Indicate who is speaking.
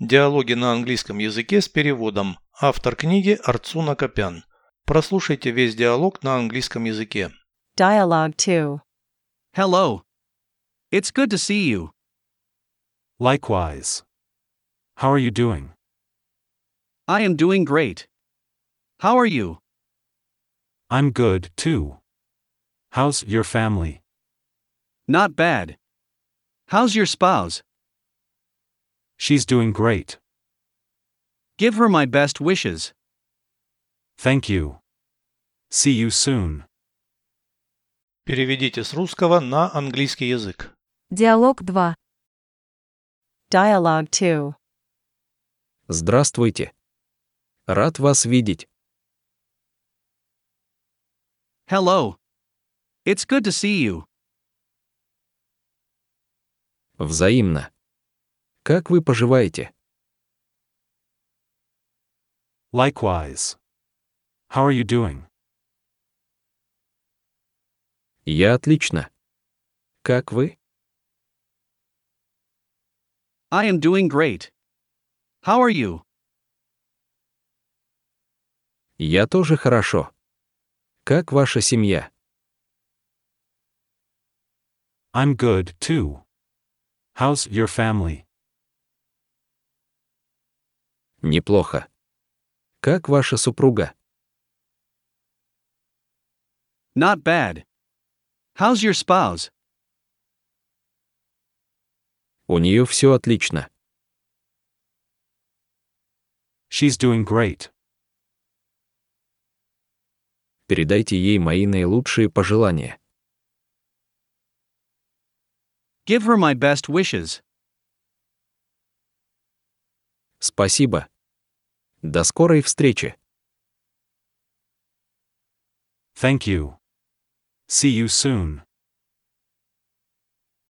Speaker 1: Диалоги на английском языке с переводом. Автор книги Арцуна Копян. Прослушайте весь диалог на английском языке.
Speaker 2: Dialogue 2.
Speaker 3: Hello. It's good to see you.
Speaker 4: Likewise. How are you doing?
Speaker 3: I am doing great. How are you?
Speaker 4: I'm good, too. How's your family?
Speaker 3: Not bad. How's your spouse?
Speaker 4: She's doing great.
Speaker 3: Give her my best wishes.
Speaker 4: Thank you. See you soon.
Speaker 1: Переведите с русского на английский язык.
Speaker 5: Диалог 2.
Speaker 2: Dialogue 2.
Speaker 6: Здравствуйте. Рад вас видеть.
Speaker 3: Hello. It's good to see you.
Speaker 6: Взаимно. Как вы поживаете?
Speaker 4: Likewise. How are you doing?
Speaker 6: Я отлично. Как вы?
Speaker 3: I am doing great. How are you?
Speaker 6: Я тоже хорошо. Как ваша семья?
Speaker 4: I'm good, too. How's your family?
Speaker 6: Неплохо. Как ваша супруга?
Speaker 3: Not bad. How's your spouse?
Speaker 6: У нее все отлично.
Speaker 4: She's doing great.
Speaker 6: Передайте ей мои наилучшие пожелания.
Speaker 3: Give her my best wishes.
Speaker 6: Спасибо. До скорой встречи.
Speaker 4: Thank you. See you soon.